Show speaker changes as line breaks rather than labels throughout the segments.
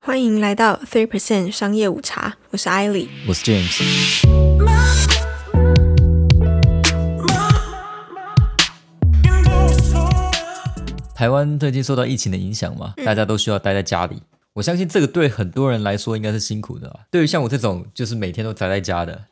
欢迎来到 Three Percent 商业午茶，我是艾莉。
我是 James。台湾最近受到疫情的影响嘛，
嗯
大家都需要待在家里。我相信这个对很多人来说应该是辛苦的、啊。对于像我这种就是每天都宅在 家的，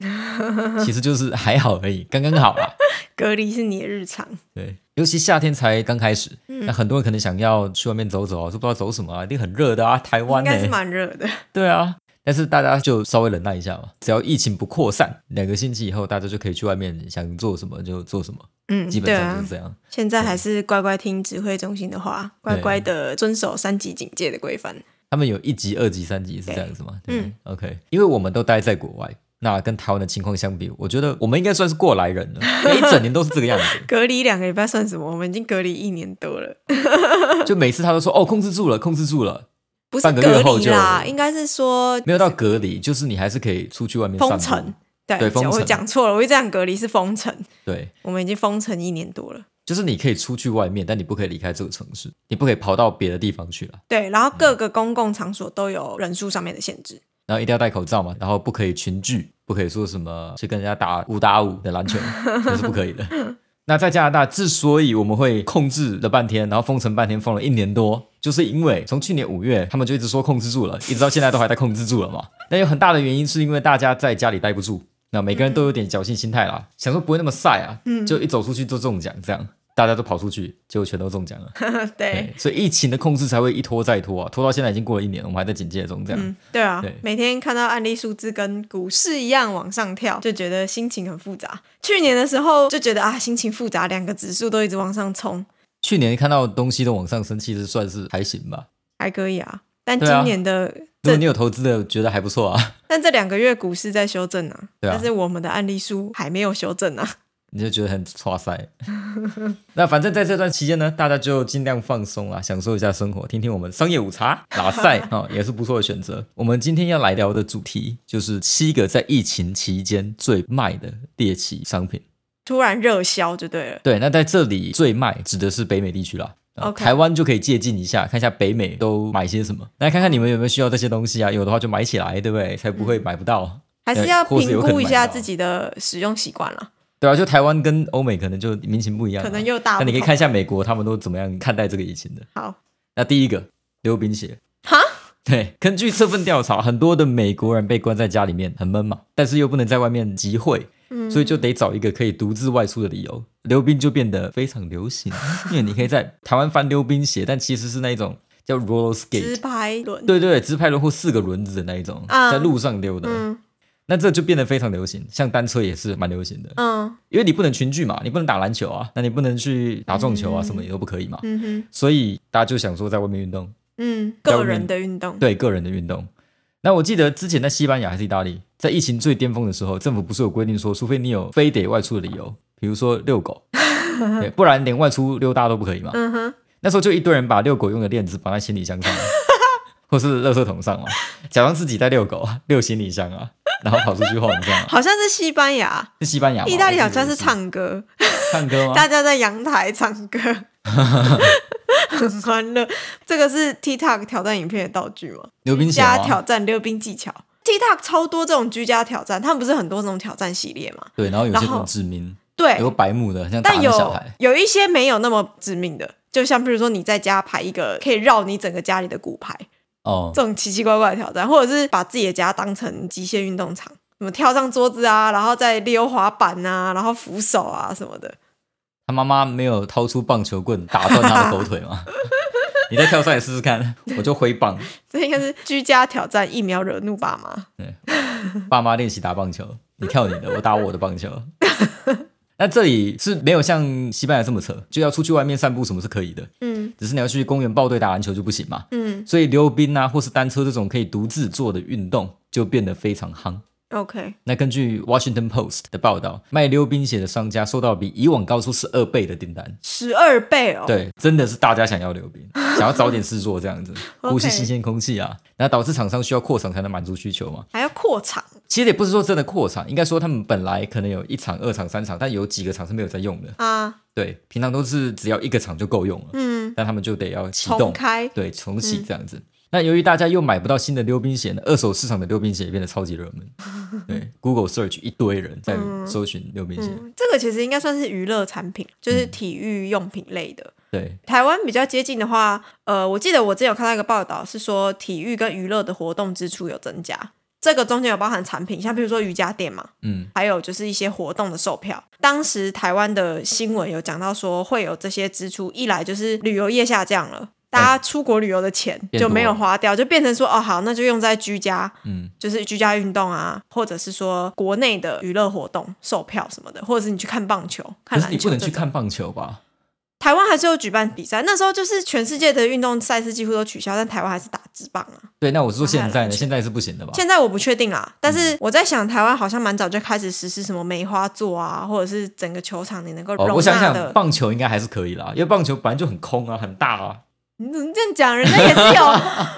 其实就是还好而已，刚刚好啦。
隔离是你的日常，
对，尤其夏天才刚开始，
嗯
那很多人可能想要去外面走走啊，说不知道走什么啊，一定很热的啊，台湾
应
呢、
该是蛮热的。
对啊，但是大家就稍微忍耐一下嘛，只要疫情不扩散，两个星期以后大家就可以去外面想做什么就做什么，
嗯，
基
对
本上就
啊
是。这样。
现在还是乖乖听指挥中心的话，乖乖的遵守三级警戒的规范。
他们有一级、二级、三级是这样子吗？
对
对、
嗯，
o k 因为我们都待在国外。那跟台湾的情况相比，我觉得我们应该算是过来人了，因为一整年都是这个样子
隔离两个礼拜算什么？我们已经隔离一年多了，
就每次他都说哦控制住了，控制住了，
不是
半个月
隔
后
离啦，
就
应该是说
没有到隔离，就是你还是可以出去外面
封
散步
城。。对，
对封城
我讲错了，我一直讲隔离是封城，
对，
我们已经封城一年多了。
就是你可以出去外面，但你不可以离开这个城市，你不可以跑到别的地方去了。
对，然后各个公共场所都有人数上面的限制。
然后一定要戴口罩嘛，然后不可以群聚，不可以说什么去跟人家打五打五的篮球，这是不可以的。 那在加拿大，之所以我们会控制了半天，然后封城半天，封了一年多，就是因为从去年五月他们就一直说控制住了，一直到现在都还在控制住了嘛。那有很大的原因是因为大家在家里待不住，那每个人都有点侥幸心态
嗯
啦，想说不会那么晒啊，就一走出去就中奖这样。大家都跑出去，结果全都中奖了。
对，
所以疫情的控制才会一拖再拖啊，拖到现在已经过了一年，我们还在警戒中这样。
嗯，对啊
对，
每天看到案例数字跟股市一样往上跳，就觉得心情很复杂。去年的时候就觉得啊，心情复杂，两个指数都一直往上冲，
去年看到东西都往上升，其实算是还行吧。
还可以啊。但
对
今
啊
年的、
如果
这
你有投资的，觉得还不错啊，
但这两个月股市在修正啊，
对啊
但是我们的案例数还没有修正啊。
你就觉得很哇塞。 那反正在这段期间呢，大家就尽量放松啦，享受一下生活，听听我们商业午茶 拉塞哦，也是不错的选择。我们今天要来聊的主题就是七个在疫情期间最卖的猎奇商品。
突然热销就对了，
对，那在这里最卖指的是北美地区啦。呃
OK
台湾就可以借鉴一下，看一下北美都买些什么，来看看你们有没有需要这些东西啊？有的话就买起来，对不对？才不会买不到。
还是要
或是
评
有可能
估一下
买到
自己的使用习惯了，
对啊，就台湾跟欧美可能就民情不一样啊、
可能又大不
那
同。
你可以看一下美国他们都怎么样看待这个疫情的。
好，
那第一个，溜冰鞋。
哈？
对，根据这份调查，很多的美国人被关在家里面很闷嘛，但是又不能在外面集会，
嗯
所以就得找一个可以独自外出的理由。溜冰就变得非常流行， 因为你可以在台湾翻溜冰鞋，但其实是那一种叫 roller
直
skate，
拍轮，
对对对，直排轮或四个轮子的那一种，
啊
在路上溜的。
嗯
那这就变得非常流行，像单车也是蛮流行的。
嗯
因为你不能群聚嘛，你不能打篮球啊，那你不能去打撞球啊，什么也都不可以嘛。
嗯哼
所以大家就想说在外面运动，
嗯，
在外
个
面
人的运动，
对个人的运动。那我记得之前在西班牙还是意大利，在疫情最巅峰的时候，政府不是有规定说，除非你有非得外出的理由，比如说 遛狗，对，不然连外出溜达都不可以嘛。
嗯哼。
那时候就一堆人把遛狗用的链子绑在行李箱 上啊，或是垃圾桶上嘛，假装自己在遛狗啊，遛行李箱啊，然后跑出去晃这样、啊。
好像是西班牙，
是西班牙吗，
意大利
我
好
记得
像是唱歌，
唱歌吗？
大家在阳台唱 歌，很欢乐。这个是 TikTok 挑战影片的道具吗？
溜冰
居
鞋啊吗
家挑战溜冰技巧，TikTok 超多这种居家挑战，他们不是很多这种挑战系列吗？
对，然后有
然
些
后
很致命，
对，
有白目的，很像哎打
但
那
有
小孩。
有一些没有那么致命的，就像比如说你在家排一个可以绕你整个家里的骨牌，
哦，
这种奇奇怪怪的挑战，或者是把自己的家当成极限运动场，什么跳上桌子啊，然后再溜滑板啊，然后扶手啊什么的。
他妈妈没有掏出棒球棍打断他的狗腿 吗？你再跳上来试试看，我就挥棒。
这应该是居家挑战，疫苗惹怒爸妈。
爸妈练习打棒球，你跳你的，我打我的棒球。 那这里是没有像西班牙这么扯，就要出去外面散步，什么是可以的，
嗯
只是你要去公园报队打篮球就不行嘛。
嗯
所以溜冰啊，或是单车这种可以独自做的运动，就变得非常夯。
，OK，
那根据 Washington Post 的报道，卖溜冰鞋的商家收到比以往高出十二倍的订单。
十二倍哦。，
对，真的是大家想要 溜冰，想要找点事做这样子，
OK
呼吸新鲜空气啊。那导致厂商需要扩厂才能满足需求嘛。
还要扩场。
其实也不是说真的扩厂，应该说他们本来可能有一场、二场、三场，但有几个厂是没有在用的。
啊，
对，平常都是只要一个厂就够用了，
嗯，
但他们就得要启
重
动，
开，嗯
对，重启这样子。那由于大家又买不到新的溜冰鞋呢，二手市场的溜冰鞋也变得超级热门。 对，Google search 一堆人在搜寻溜冰鞋。
嗯这个其实应该算是娱乐产品，
嗯
就是体育用品类的。
对，
台湾比较接近的话，呃，我记得我之前有看到一个报道是说，体育跟娱乐的活动支出有增加，这个中间有包含产品，像比如说瑜伽垫嘛，
嗯，
还有就是一些活动的售票。当时台湾的新闻有讲到说会有这些支出，一来就是旅游业下降了。大家出国旅游的钱
变
就没有
多了
花掉，就变成说哦好，那就用在居家，
嗯，
就是居家运动啊，或者是说国内的娱乐活动、售票什么的，或者是你去看棒球、
可
看
是
篮
你不
球
能
这
去
种。
看棒球吧？
台湾还是有举办比赛，那时候就是全世界的运动赛事几乎都取消，但台湾还是打直棒啊。
对，那我是说现
还有
在
篮
呢？
球
现在是不行的吧？
现在我不确定啦，但
嗯
是我在想，台湾好像蛮早就开始实施什么梅花座啊，或者是整个球场你能够容
哦，
纳的。
我想想，棒球应该还是可以啦，因为棒球本来就很空啊，很大啊。
你怎么这样讲？人家也是有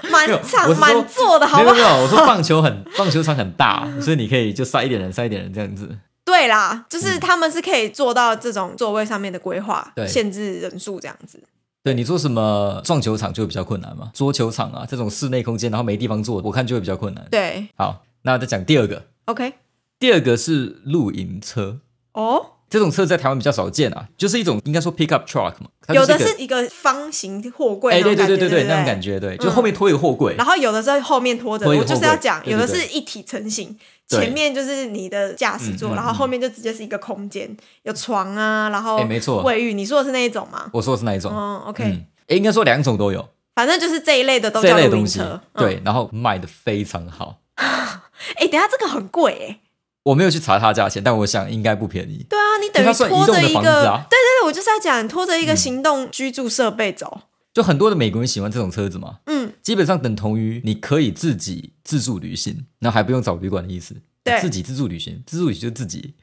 没有
满
我
场
是说
满座的，好
没
不
有
好
没？有，我说棒球很 棒球场很大，所以你可以就塞一点人，塞一点人这样子。
对啦，就是他们是可以做到这种座位上面的规划，
嗯对
限制人数这样子。
对你说什么撞球场就比较困难嘛，桌球场啊这种室内空间，然后没地方坐，我看就会比较困难。
对
好，那再讲第二个，
，OK，
第二个是露营车，
哦，
这种车在台湾比较少见啊，就是一种应该说 pickup truck 嘛，它就
有的
一个
是一个方形货柜
哎，
那种
对
感觉，
对对对
对嗯
对，那种感
觉。
觉，对，就后面拖一个货柜
然，后有的是后面拖着的，
拖一
我
个
就是
货柜
要讲，
对
有的
对
是
对
一体成型，
对
前面就是你的驾驶座，
嗯嗯
然后后面就直接是一个空间，有床啊，然后
哎没错
卫浴，你说的是那一种吗？
我说的是那一种，
嗯，OK，
嗯，哎应该说两种都有，
反正就是这一类的都
这一
叫
类
露
东
营
西
车。，嗯，
对，然后卖的非常好。
哎、等一下这个很贵哎、
我没有去查它价钱，但我想应该不便宜。
对啊，你等于
它算移
拖着
动的
一
房
个，
子啊嗯
对对对，我就是要讲拖着一个行动居住设备走，
就很多的美国人喜欢这种车子嘛，
嗯，
基本上等同于你可以自己自助旅行，然后还不用找旅馆的意思。
对
自己自助旅行，自助旅行就自己。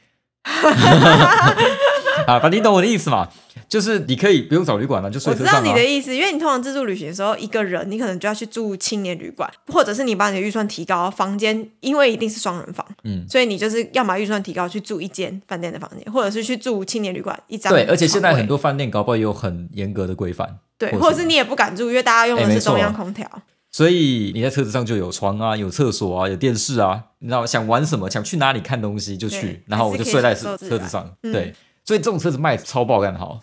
啊，反正你懂我的意思嘛，就是你可以不用找旅馆了，就睡
我知
车上、啊。
道你的意思，因为你通常自助旅行的时候，一个人你可能就要去住青年旅馆，或者是你把你的预算提高，房间因为一定是双人房，
嗯
所以你就是要么预算提高去住一间饭店的房间，或者是去住青年旅馆一张床
对，
位，
而且现在很多饭店搞不好也有很严格的规范，
对，
或者
或者是你也不敢住，因为大家用的
哎
是
没错
中央空调，
所以你在车子上就有床啊，有厕所啊，有电视啊，你知道想玩什么，想去哪里看东西就
对
去，然后我就睡在车
还是可以享受自然嗯
车子上，对，所以这种车子卖超爆干好，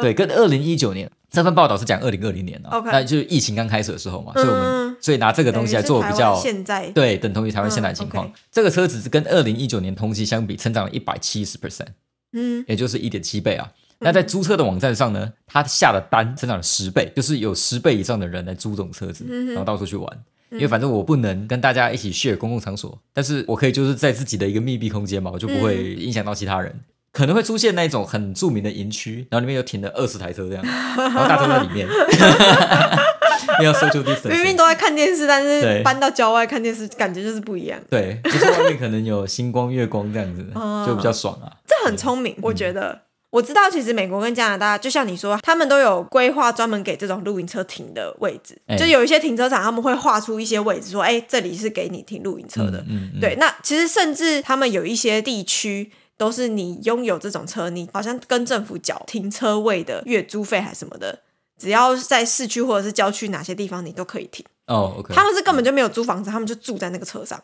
对，跟二零一九年这份报道是讲二零二零年啊
OK
那就是疫情刚开始的时候嘛，所以我
嗯
们所以拿这个东西来做比
等于是台
较
湾，现在
对，等同于台湾现在的情
嗯
况
，OK，
这个车子跟二零一九年同期相比，成长了一百七十 percent，
嗯，
也就是一点七倍啊。那在租车的网站上呢，它下的单增长了十倍，就是有十倍以上的人来租这种车子，
嗯
然后到处去玩。因为反正我不能跟大家一起 share 公共场所，但是我可以就是在自己的一个密闭空间嘛，我就不会
嗯
影响到其他人。可能会出现那种很著名的营区，然后里面有停了二十台车这样，然后大家都在里 面，没有 social distance。
明明都在看电视，但是
对
搬到郊外看电视，感觉就是不一样。
对，就是外面可能有星光、月光这样子
哦，
就比较爽啊。
这很聪明，我
嗯
觉得。我知道，其实美国跟加拿大，就像你说，他们都有规划专门给这种露营车停的位置，
哎
就有一些停车场他们会划出一些位置，说，哎、这里是给你停露营车的。
嗯，嗯
对，那其实甚至他们有一些地区都是你拥有这种车，你好像跟政府缴停车位的月租费还是什么的，只要在市区或者是郊区哪些地方你都可以停。
哦，OK，
他们是根本就没有租房子，他们就住在那个车上。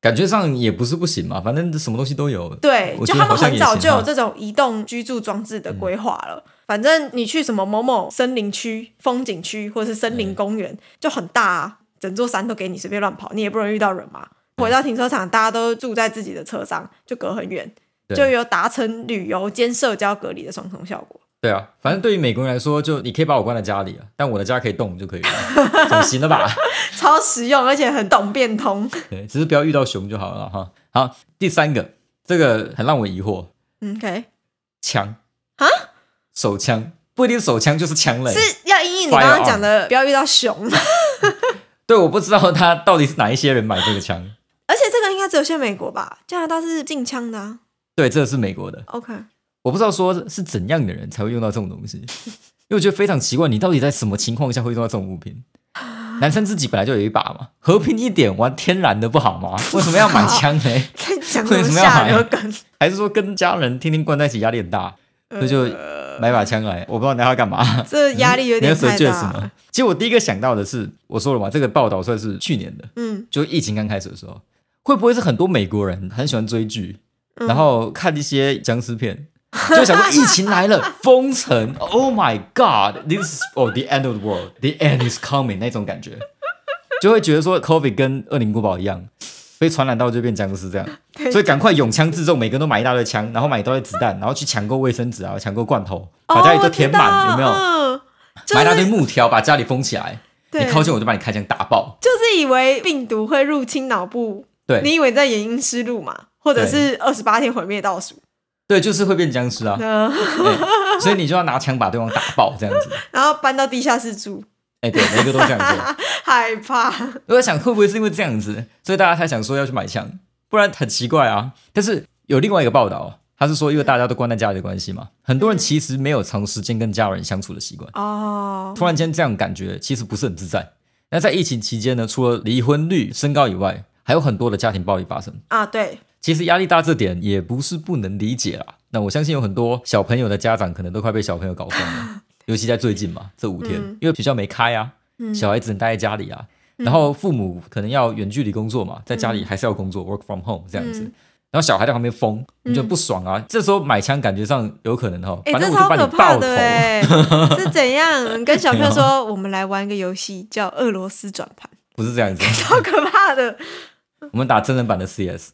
感觉上也不是不行嘛，反正什么东西都有。
对，
我
就
觉得
他们
好像
很
也
早
行啊
就有
哈
这种移动居住装置的规划了。反正你去什么某某森林区、风景区或者是森林公园，就很大、啊，整座山都给你随便乱跑，你也不容易遇到人嘛。回到停车场，大家都住在自己的车上，就隔很远，
对
就有达成旅游兼社交隔离的双重效果。
对啊，反正对于美国人来说，就你可以把我关在家里啊，但我的家可以动就可以了， 总行了吧？
超实用，而且很懂变通。
对，只是不要遇到熊就好了哈。好，第三个，这个很让我疑惑，
嗯 OK，
枪
啊，
手枪不一定是手枪就是枪类，
是要因应你刚刚讲的，不要遇到熊。
对，我不知道他到底是哪一些人买这个枪。
而且这个应该只有限美国吧？加拿大是禁枪的啊。
对，这是美国的，
OK，
我不知道说是怎样的人才会用到这种东西，因为我觉得非常奇怪，你到底在什么情况下会用到这种物品？男生自己本来就有一把嘛，和平一点，玩天然的不好吗？为什么要买枪呢？
在讲什么
为什么要
下
喊
流梗？
还是说跟家人天天关在一起压力很大，所以就
了，
买把枪来，我不知道拿它干嘛。
呃这压力 有
你
点
要谁
太
借什
大了。
么？其实我第一个想到的是，我说了嘛，这个报道算是去年的，
嗯，
就疫情刚开始的时候，会不会是很多美国人很喜欢追剧，
嗯
然后看一些僵尸片，就想说疫情来了， 封城，Oh my God，this is oh the end of the world，the end is coming 那种感觉，就会觉得说 COVID 跟恶灵古堡一样。被传染到就变僵尸这样，所以赶快永枪自重，每个人都买一大堆枪，然后买一大堆子弹，然后去抢购卫生纸啊，抢购罐头，
哦
把家里都填满，有没有？
有？哦就
买一大堆
是
木条把家里封起来，
嗯
你
对
靠近我就把你开枪打爆。
就是以为病毒会入侵脑部，你
对
以为你在演阴尸路嘛，或者是二十八天毁灭倒数，
对，就是会变僵尸啊，
嗯，
对所以你就要拿枪把对方打爆这样子。
然后搬到地下室住，
哎，对，每个都这样做。
害怕。
我在想会不会是因为这样子，所以大家才想说要去买枪，不然很奇怪啊。但是有另外一个报道，他是说因为大家都关在家里的关系嘛，很多人其实没有长时间跟家人相处的习惯，
哦，
突然间这样感觉其实不是很自在。那在疫情期间呢，除了离婚率升高以外，还有很多的家庭暴力发生。
啊，对，
其实压力大这点也不是不能理解啦。那我相信有很多小朋友的家长可能都快被小朋友搞 疯了，尤其在最近嘛，这五天、
嗯
因为学校没开啊，小孩只能待在家里啊，然后父母可能要远距离工作嘛，在
嗯
家里还是要工作、w o r k from home 这样子。然后小孩在旁边疯，你就不爽啊！这时候买枪感觉上有可能哈，
嗯哎、
反正
这
我就
超
把你
可怕
爆头
的。哎、是怎样？跟小朋 友说，我们来玩个游戏叫俄罗斯转盘，
不是这样子，
超可怕的。
我们打真人版的 CS，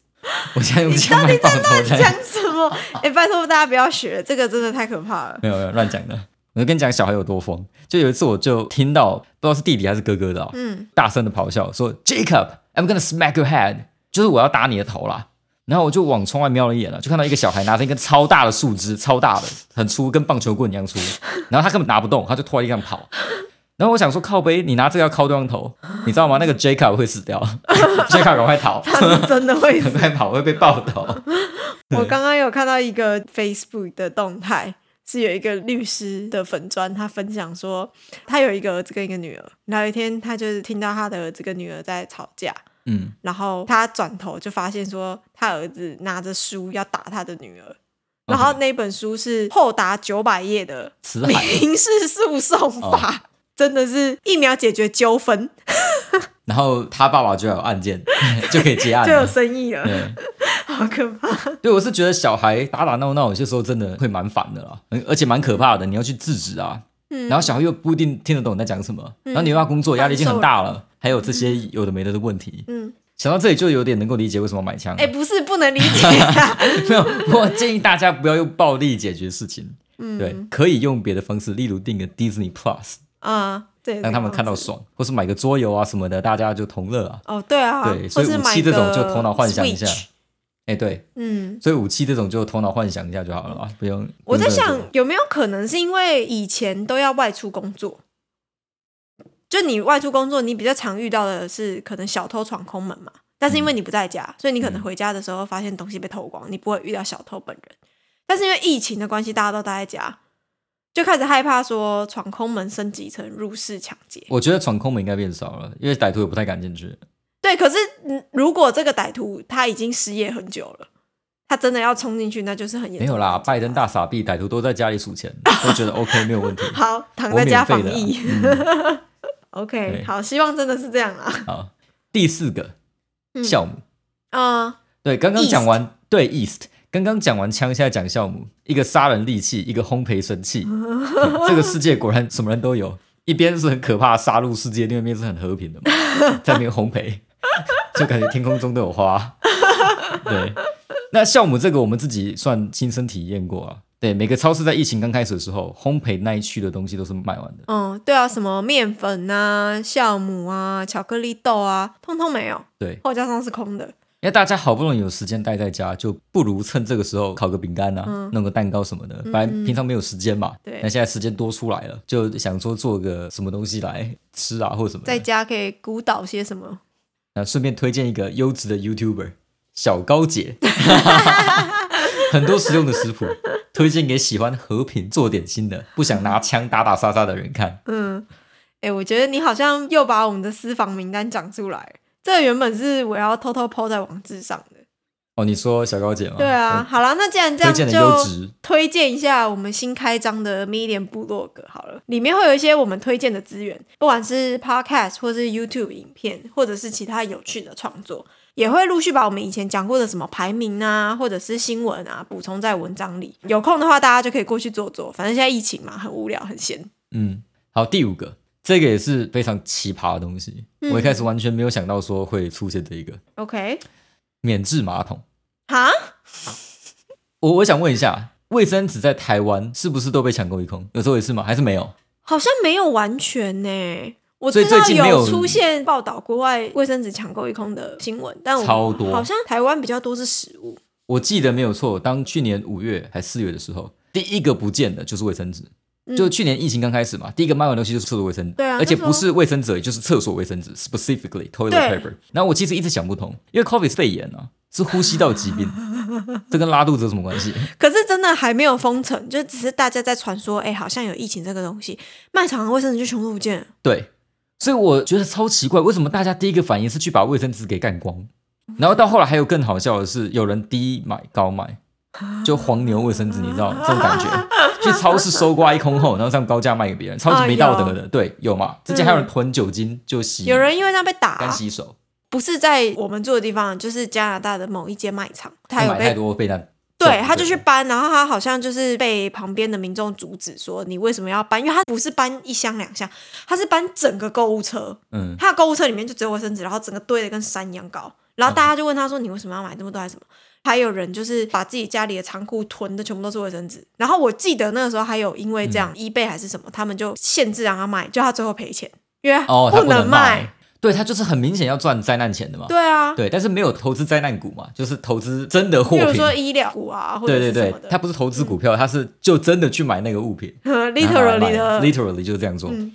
我现在用枪来爆头在
讲什么？哎、拜托大家不要学，这个真的太可怕了。
没有没有乱讲的。我就跟你讲小孩有多疯，就有一次我就听到不知道是弟弟还是哥哥的、哦，
嗯，
大声的咆哮说：“Jacob，I'm gonna smack your head，就是我要打你的头啦。”然后我就往窗外瞄了一眼了，啊就看到一个小孩拿着一根超大的树枝，超大的，很粗，跟棒球棍一样粗。然后他根本拿不动，他就拖在地上跑。然后我想说，靠背，你拿这个要敲对方头，你知道吗？那个 Jacob 会死掉 ，Jacob 赶快逃，
他是真的会
赶快跑，会被爆头。
我刚刚有看到一个 Facebook 的动态，是有一个律师的粉砖，他分享说，他有一个儿子跟一个女儿，然后有一天他就是听到他的儿子跟女儿在吵架，
嗯，
然后他转头就发现说，他儿子拿着书要打他的女儿。然后那本书是厚达九百页的
辞
《
海
民事诉讼法》真的是一秒解决纠纷
然后他爸爸就有案件， 就可以接案
就有
了。
生意了，
哎对。
好可怕！
对，我是觉得小孩打打闹闹，有些时候真的会蛮烦的啦，嗯而且蛮可怕的，你要去制止啊。
嗯
然后小孩又不一定听得懂你在讲什么，然后你又要工作，压力已经很大了，还有这些有的没的的问题。
嗯
想到这里就有点能够理解为什么买枪。
哎，不是不能理解、啊，
没有，我建议大家不要用暴力解决事情。对，可以用别的方式，例如订个 Disney Plus，
啊，对，
让他们
这个样
看到
子
爽，或是买个桌游啊什么的，大家就同乐啊。
哦，对啊，
对，
或
所以
是
武
买
器这种
个
就头脑幻想一下
Switch。
哎，对，
嗯，
所以武器这种就头脑幻想一下就好了啊，不用。
我在
不用这么多
想有没有可能是因为以前都要外出工作，就你外出工作，你比较常遇到的是可能小偷闯空门嘛，但是因为
嗯
你不在家，所以你可能回家的时候发现东西被偷光，你不会遇到小偷本人。但是因为疫情的关系，大家都待在家，就开始害怕说闯空门升级成入室抢劫。
我觉得闯空门应该变少了，因为歹徒也不太敢进去。
对，可是嗯如果这个歹徒他已经失业很久了，他真的要冲进去，那就是很严
没
重。
有啦，拜登大傻逼，歹徒都在家里数钱， 我觉得 OK 没有问题。
好，躺
我
在
免
家
费
防
的啊
疫。OK，
对
好，希望真的是这样啦。
好，第四个
嗯
酵母，
嗯，
对，刚刚
East
讲完对 East，刚刚讲完枪，现在讲酵母，一个杀人利器，一个烘焙神器。 对这个世界果然什么人都有，一边是很可怕杀戮世界，另一边是很和平的嘛，在那边烘焙，就感觉天空中都有花。对，那酵母这个我们自己算亲身体验过啊。对，每个超市在疫情刚开始的时候，烘焙那一区的东西都是卖完的。
嗯，对啊，什么面粉啊、酵母啊、巧克力豆啊，通通没有，
对，
货架上是空的。
因为大家好不容易有时间待在家，就不如趁这个时候烤个饼干啊，弄个蛋糕什么的。反正平常没有时间嘛，
嗯对
那现在时间多出来了，就想说做个什么东西来吃啊，或什么的。
在家可以鼓捣些什么？
那顺便推荐一个优质的 YouTuber 小高姐， 很多实用的食谱，推荐给喜欢和平做点心的，不想拿枪打打杀杀的人看。
嗯，哎、我觉得你好像又把我们的私房名单讲出来。这个原本是我要偷偷抛在网志上的，
哦，你说小高姐吗？哦
对啊，好啦，那既然这
推
样
荐的优
就
质，
推荐一下我们新开张的 Medium 部落格好了，里面会有一些我们推荐的资源，不管是 Podcast 或是 YouTube 影片，或者是其他有趣的创作，也会陆续把我们以前讲过的什么排名啊，或者是新闻啊，补充在文章里。有空的话，大家就可以过去坐坐，反正现在疫情嘛，很无聊，很闲。
嗯，好，第五个，这个也是非常奇葩的东西，
嗯
我一开始完全没有想到说会出现这一个
OK，
免治马桶。
哈，
我我想问一下，卫生纸在台湾是不是都被抢购一空？有时候也是吗？还是没有？
好像没有完全呢、我
所以
知道
最近没有
出现报道国外卫生纸抢购一空的新闻，但我
超多
好像台湾比较多是食物。
我记得没有错，当去年五月还四月的时候，第一个不见的就是卫生纸。就去年疫情刚开始嘛，第一个卖完的东西就是厕所卫生纸，
嗯对啊
而且
那时
不
候
是卫生纸，也就是厕所卫生纸，specifically toilet
对
paper。然后我其实一直想不通，因为 COVID 是肺炎啊，是呼吸道疾 病，这跟拉肚子有什么关系？
可是真的还没有封城，就只是大家在传说，哎、好像有疫情这个东西，卖场的卫生纸就全部都不见了。
对，所以我觉得超奇怪，为什么大家第一个反应是去把卫生纸给干光？然后到后来还有更好笑的是，有人低买高买，就黄牛卫生纸，你知道这种感觉？去超市搜刮一空后，然后上高价卖给别人，超级没道德的。对，有嘛？之前还有人囤酒精就洗，
啊有人因为这样被
干
打，啊
洗手，
不是在我们住的地方，就是加拿大的某一间卖场，他有
买太
被。
多被他
对，他就去搬，然后他好像就是被旁边的民众阻止说：“你为什么要搬？”因为他不是搬一箱两箱，他是搬整个购物车。
嗯，
他的购物车里面就只有卫生纸，然后整个堆的跟山一样高。然后大家就问他说：“你为什么要买这么多？还是什么？”还有人就是把自己家里的仓库囤的全部都是卫生纸。然后我记得那个时候还有因为这
嗯
样，一、贝还是什么，他们就限制让他卖，就他最后赔钱，因为
哦，他不
能
能卖，对他就是很明显要赚灾难钱的嘛。
对啊，
对，但是没有投资灾难股嘛，就是投资真的货
比如
品。
说医疗股啊，或者
对
是
对
什
对
么，的嗯
他不是投资股票，他是就真的去买那个物品。
呃
然后来卖
，literally 的
literally 就是这样做。
嗯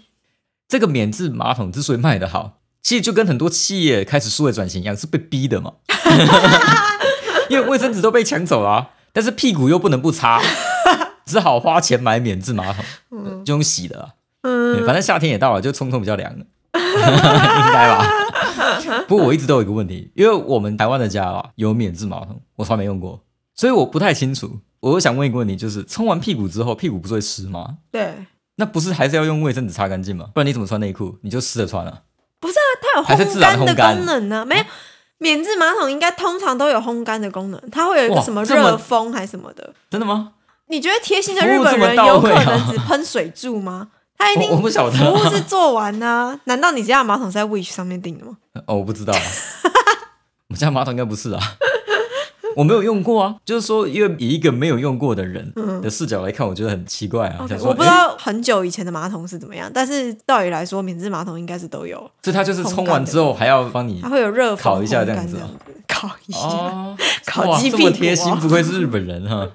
这个免治马桶之所以卖得好，其实就跟很多企业开始数位转型一样，是被逼的 嘛。因为卫生纸都被抢走了啊、但是屁股又不能不擦，只好花钱买免治马桶，
嗯
就用洗的、啊。对反正夏天也到了，就冲冲比较凉了， 应该吧？不过我一直都有一个问题，因为我们台湾的家啊有免治马桶，我从来没用过，所以我不太清楚。我又想问一个问题，就是冲完屁股之后，屁股不是会湿吗？
对，
那不是还是要用卫生纸擦干净吗？不然你怎么穿内裤？你就湿着穿啊。
它有
还是自
烘
然
干
烘
的
干
功能呢、没有。免治马桶应该通常都有烘干的功能，它会有一个
哇
什么
这么
热风还是什么的。
真的吗？
你觉得贴心的
服务
日本
这么
人
到
有可
位啊
能只喷水柱 吗？他一定
我我不晓得
服务是做完呢、难道你家的马桶是在 Wish 上面订的吗？
哦，我不知道、啊。 我家马桶应该不是啊，我没有用过啊。就是说，因为以一个没有用过的人的视角来看，我觉得很奇怪
嗯
啊。想
OK，
说
我不知
诶
道很久以前的马桶是怎么样，但是道理来说，免治马桶应该是都有，
所以他就是冲完之后还要帮你
它会有热风
嗯烤一下
烘
这样
干
子
这
啊
样子，烤一下。
哦，
烤
哇
鸡
这
屁
么
股
贴心，
哦
不愧是日本人哈。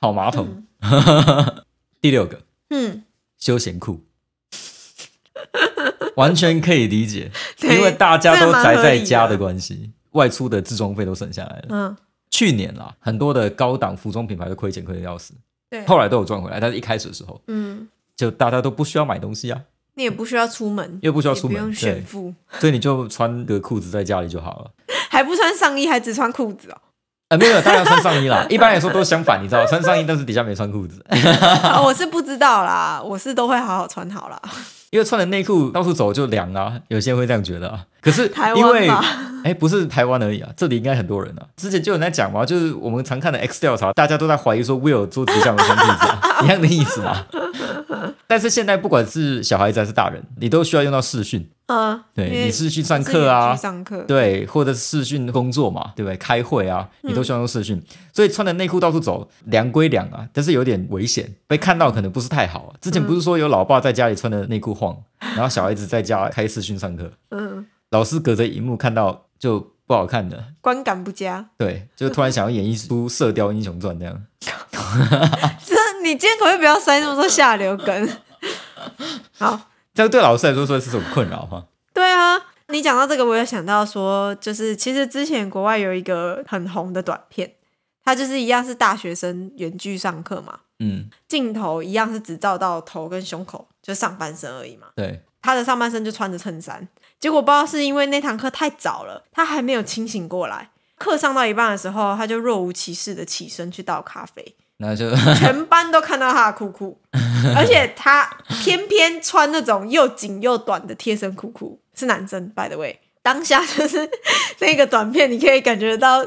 好马桶。 第六个
嗯，
休闲裤，完全可以理解。
对
因为大家
这
都
个蛮
宅
合
在
理的
家的关系，外出的自装费都省下来了。
嗯，
去年啦，很多的高档服装品牌都亏钱亏的要死，
对，
后来都有赚回来，但是一开始的时候，
嗯，
就大家都不需要买东西啊，
你也不需要出门，
又不需要出
也不
门，
用
对
炫，富，
所以你就穿个裤子在家里就好了。
还不穿上衣，还只穿裤 子哦。
啊，没有，没有当然要穿上 衣啦。一般来说都相反，你知道，穿上衣但是底下没穿裤子，
哦我是不知道啦，我是都会好好穿好啦。
因为穿了内裤到处走就凉啊，有些人会这样觉得啊。可是
台
因为
湾吧，
哎，不是台湾而已啊，这里应该很多人啊。之前就有人在讲嘛，就是我们常看的 X 调查，大家都在怀疑说 Will 做指甲有没有穿裤子、 啊，一样的意思嘛。但是现在不管是小孩子还是大人，你都需要用到视讯，
嗯，
对，
因为
你是去上课啊
是远距，上课，
对，或者是视讯工作嘛，对不对？开会啊，你都需要用视讯，所以穿的内裤到处走，凉归凉啊，但是有点危险，被看到可能不是太好、啊。之前不是说有老爸在家里穿的内裤晃，然后小孩子在家开视讯上课，
嗯，
老师隔着荧幕看到就不好看的。
观感不佳。
对，就突然想要演绎出《射雕英雄传》这样。
这你今天可不可以不要塞那么多下流梗？ 好，
这样对老师来说算是种困扰哈。
对啊，你讲到这个，我有想到说，就是其实之前国外有一个很红的短片，它就是一样是大学生远距上课嘛，
嗯，
镜头一样是只照到头跟胸口，就上半身而已嘛。
对，
他的上半身就穿着衬衫，结果不知道是因为那堂课太早了，他还没有清醒过来。课上到一半的时候，他就若无其事的起身去倒咖 啡，
那就
全班都看到他的裤裤，而且他偏偏穿那种又紧又短的贴身裤裤，是男生，by the way。当下就是那个短片，你可以感觉到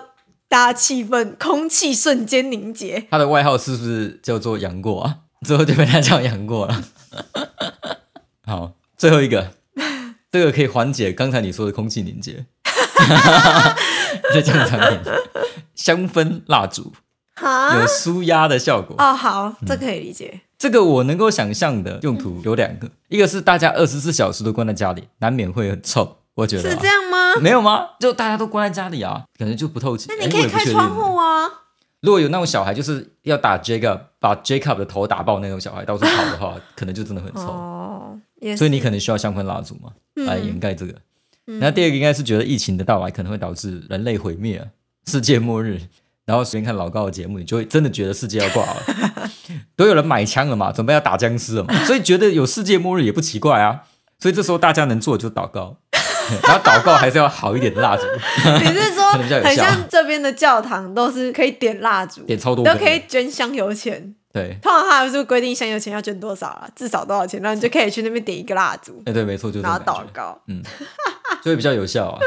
大家气氛，空气瞬间凝结。
他的外号是不是叫做杨过啊？ 之后就被他叫杨过了。 好，最后一个，这个可以缓解刚才你说的空气凝结。 在这种产品，香氛蜡烛有
哈，
舒压的效果。
啊哦，好，这可以理解。
这个我能够想象的用途有两个，一个是大家二十四小时都关在家里，难免会很臭，我觉得、啊
是这、样吗？
没有吗？就大家都关在家里啊，感觉就不透气。
那
哎
你可以开窗。
我也不确定
户啊。
如果有那种小孩就是要打 Jacob，把 Jacob 的头打爆那种小孩，到处跑的话，可能就真的很臭。
哦，嗯也
所以
是
你可能需要香氛蜡烛嘛，来掩盖这个。
嗯
那第二个应该是觉得疫情的到来可能会导致人类毁灭啊、世界末日，然后随便看老高的节目，你就会真的觉得世界 要挂了，都有人买枪了嘛，准备要打僵尸了嘛， 所以觉得有世界末日也不奇怪啊。所以这时候大家能做的就 祷告，然后祷告还是要好一点的蜡烛，
你是说
可能比较有效
很像这边的教堂都是可以点蜡烛，
点超多
都
根的
可以捐香油钱。
对。
通常他们是不是规定香油钱要捐多少啊？至少多少钱，然后你就可以去那边点一个蜡烛，
哎，对，没错，就是这
然
种
后祷
感觉，
告。
就会比较有效啊。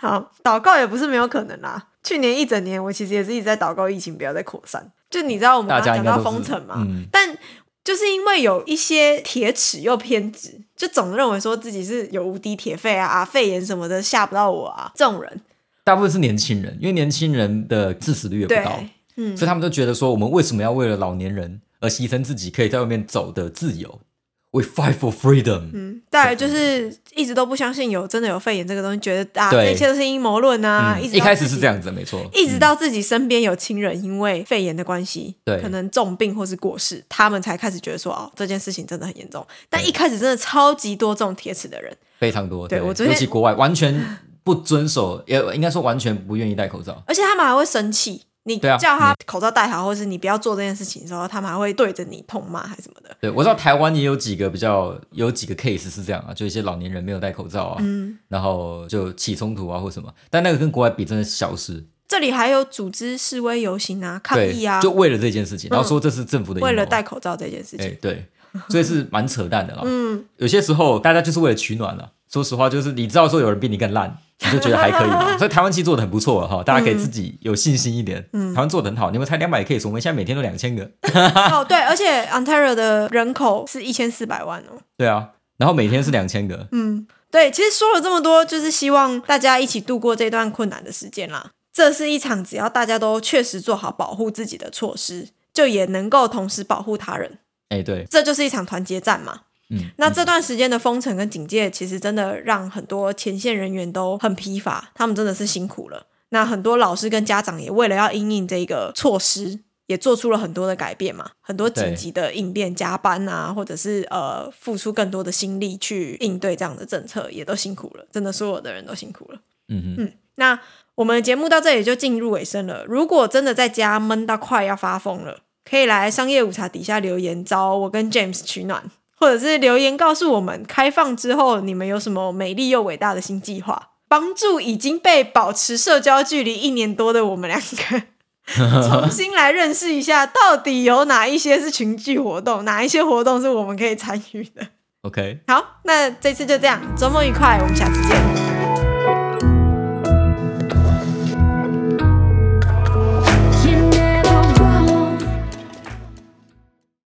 好，祷告也不是没有可能啦。去年一整年，我其实也是一直在祷告疫情不要再扩散。就你知道我们
大
刚
家
刚
应
讲
该
到
都
封
是
城嘛，
嗯
但就是因为有一些铁齿又偏执，就总认为说自己是有无敌铁肺啊、啊肺炎什么的吓不到我啊，这种人
大部分是年轻人，因为年轻人的致死率也不
对嗯
高，所以他们都觉得说，我们为什么要为了老年人而牺牲自己可以在外面走的自由？We fight for freedom、
嗯，再来就是一直都不相信有真的有肺炎这个东西，觉得啊，
对
这一切都是阴谋论啊。
嗯
一直
一
到
开始
自己
是嗯这，样子，没错。
一直到自己身边有亲人因为肺炎的关系，
对
可能重病或是过世，他们才开始觉得说哦，这件事情真的很严重。但一开始真的超级多这种铁齿的人，
非常多，
对
对
我昨天
尤其国外完全不遵守，也应该说完全不愿意戴口罩。
而且他们还会生气。你
对啊
叫他口罩戴好，或是你不要做这件事情的时候，他们还会对着你痛骂还是什么的。
对我知道台湾也有几个比较有几个 case 是这样啊，就一些老年人没有戴口罩啊，
嗯
然后就起冲突啊或什么，但那个跟国外比真的是小事，
这里还有组织示威游行啊、抗
对
议啊，
就为了这件事情，然后说这是政府的阴谋
为了戴口罩这件事
哎、
情。
对，所以是蛮扯淡的啦。嗯，有些时候大家就是为了取暖了。说实话，就是你知道说有人比你更烂，你就觉得还可以 嘛。所以台湾其实做的很不错了啊哈，大家可以自己有信心一点。嗯嗯，台湾做的很好，你们才两百 K，我们现在每天都两千个。
哦，对，而且 Ontario 的人口是一千四百万哦。嗯
对啊，然后每天是两千个。
对，其实说了这么多，就是希望大家一起度过这段困难的时间啦。这是一场只要大家都确实做好保护自己的措施，就也能够同时保护他人。
哎、对，
这就是一场团结战嘛。
嗯，
那这段时间的封城跟警戒，其实真的让很多前线人员都很疲乏，他们真的是辛苦了。那很多老师跟家长也为了要因应这个措施，也做出了很多的改变嘛，很多紧急的应变、加班啊，或者是呃付出更多的心力去应对这样的政策，也都辛苦了。真的，所有的人都辛苦了。
嗯哼，
那我们的节目到这里就进入尾声了。如果真的在家闷到快要发疯了，可以来商业午茶底下留言，找我跟 James 取暖，或者是留言告诉我们开放之后你们有什么美丽又伟大的新计划，帮助已经被保持社交距离一年多的我们两个。重新来认识一下，到底有哪一些是群聚活动，哪一些活动是我们可以参与的？
o k
好，那这次就这样，周末愉快，我们下次见。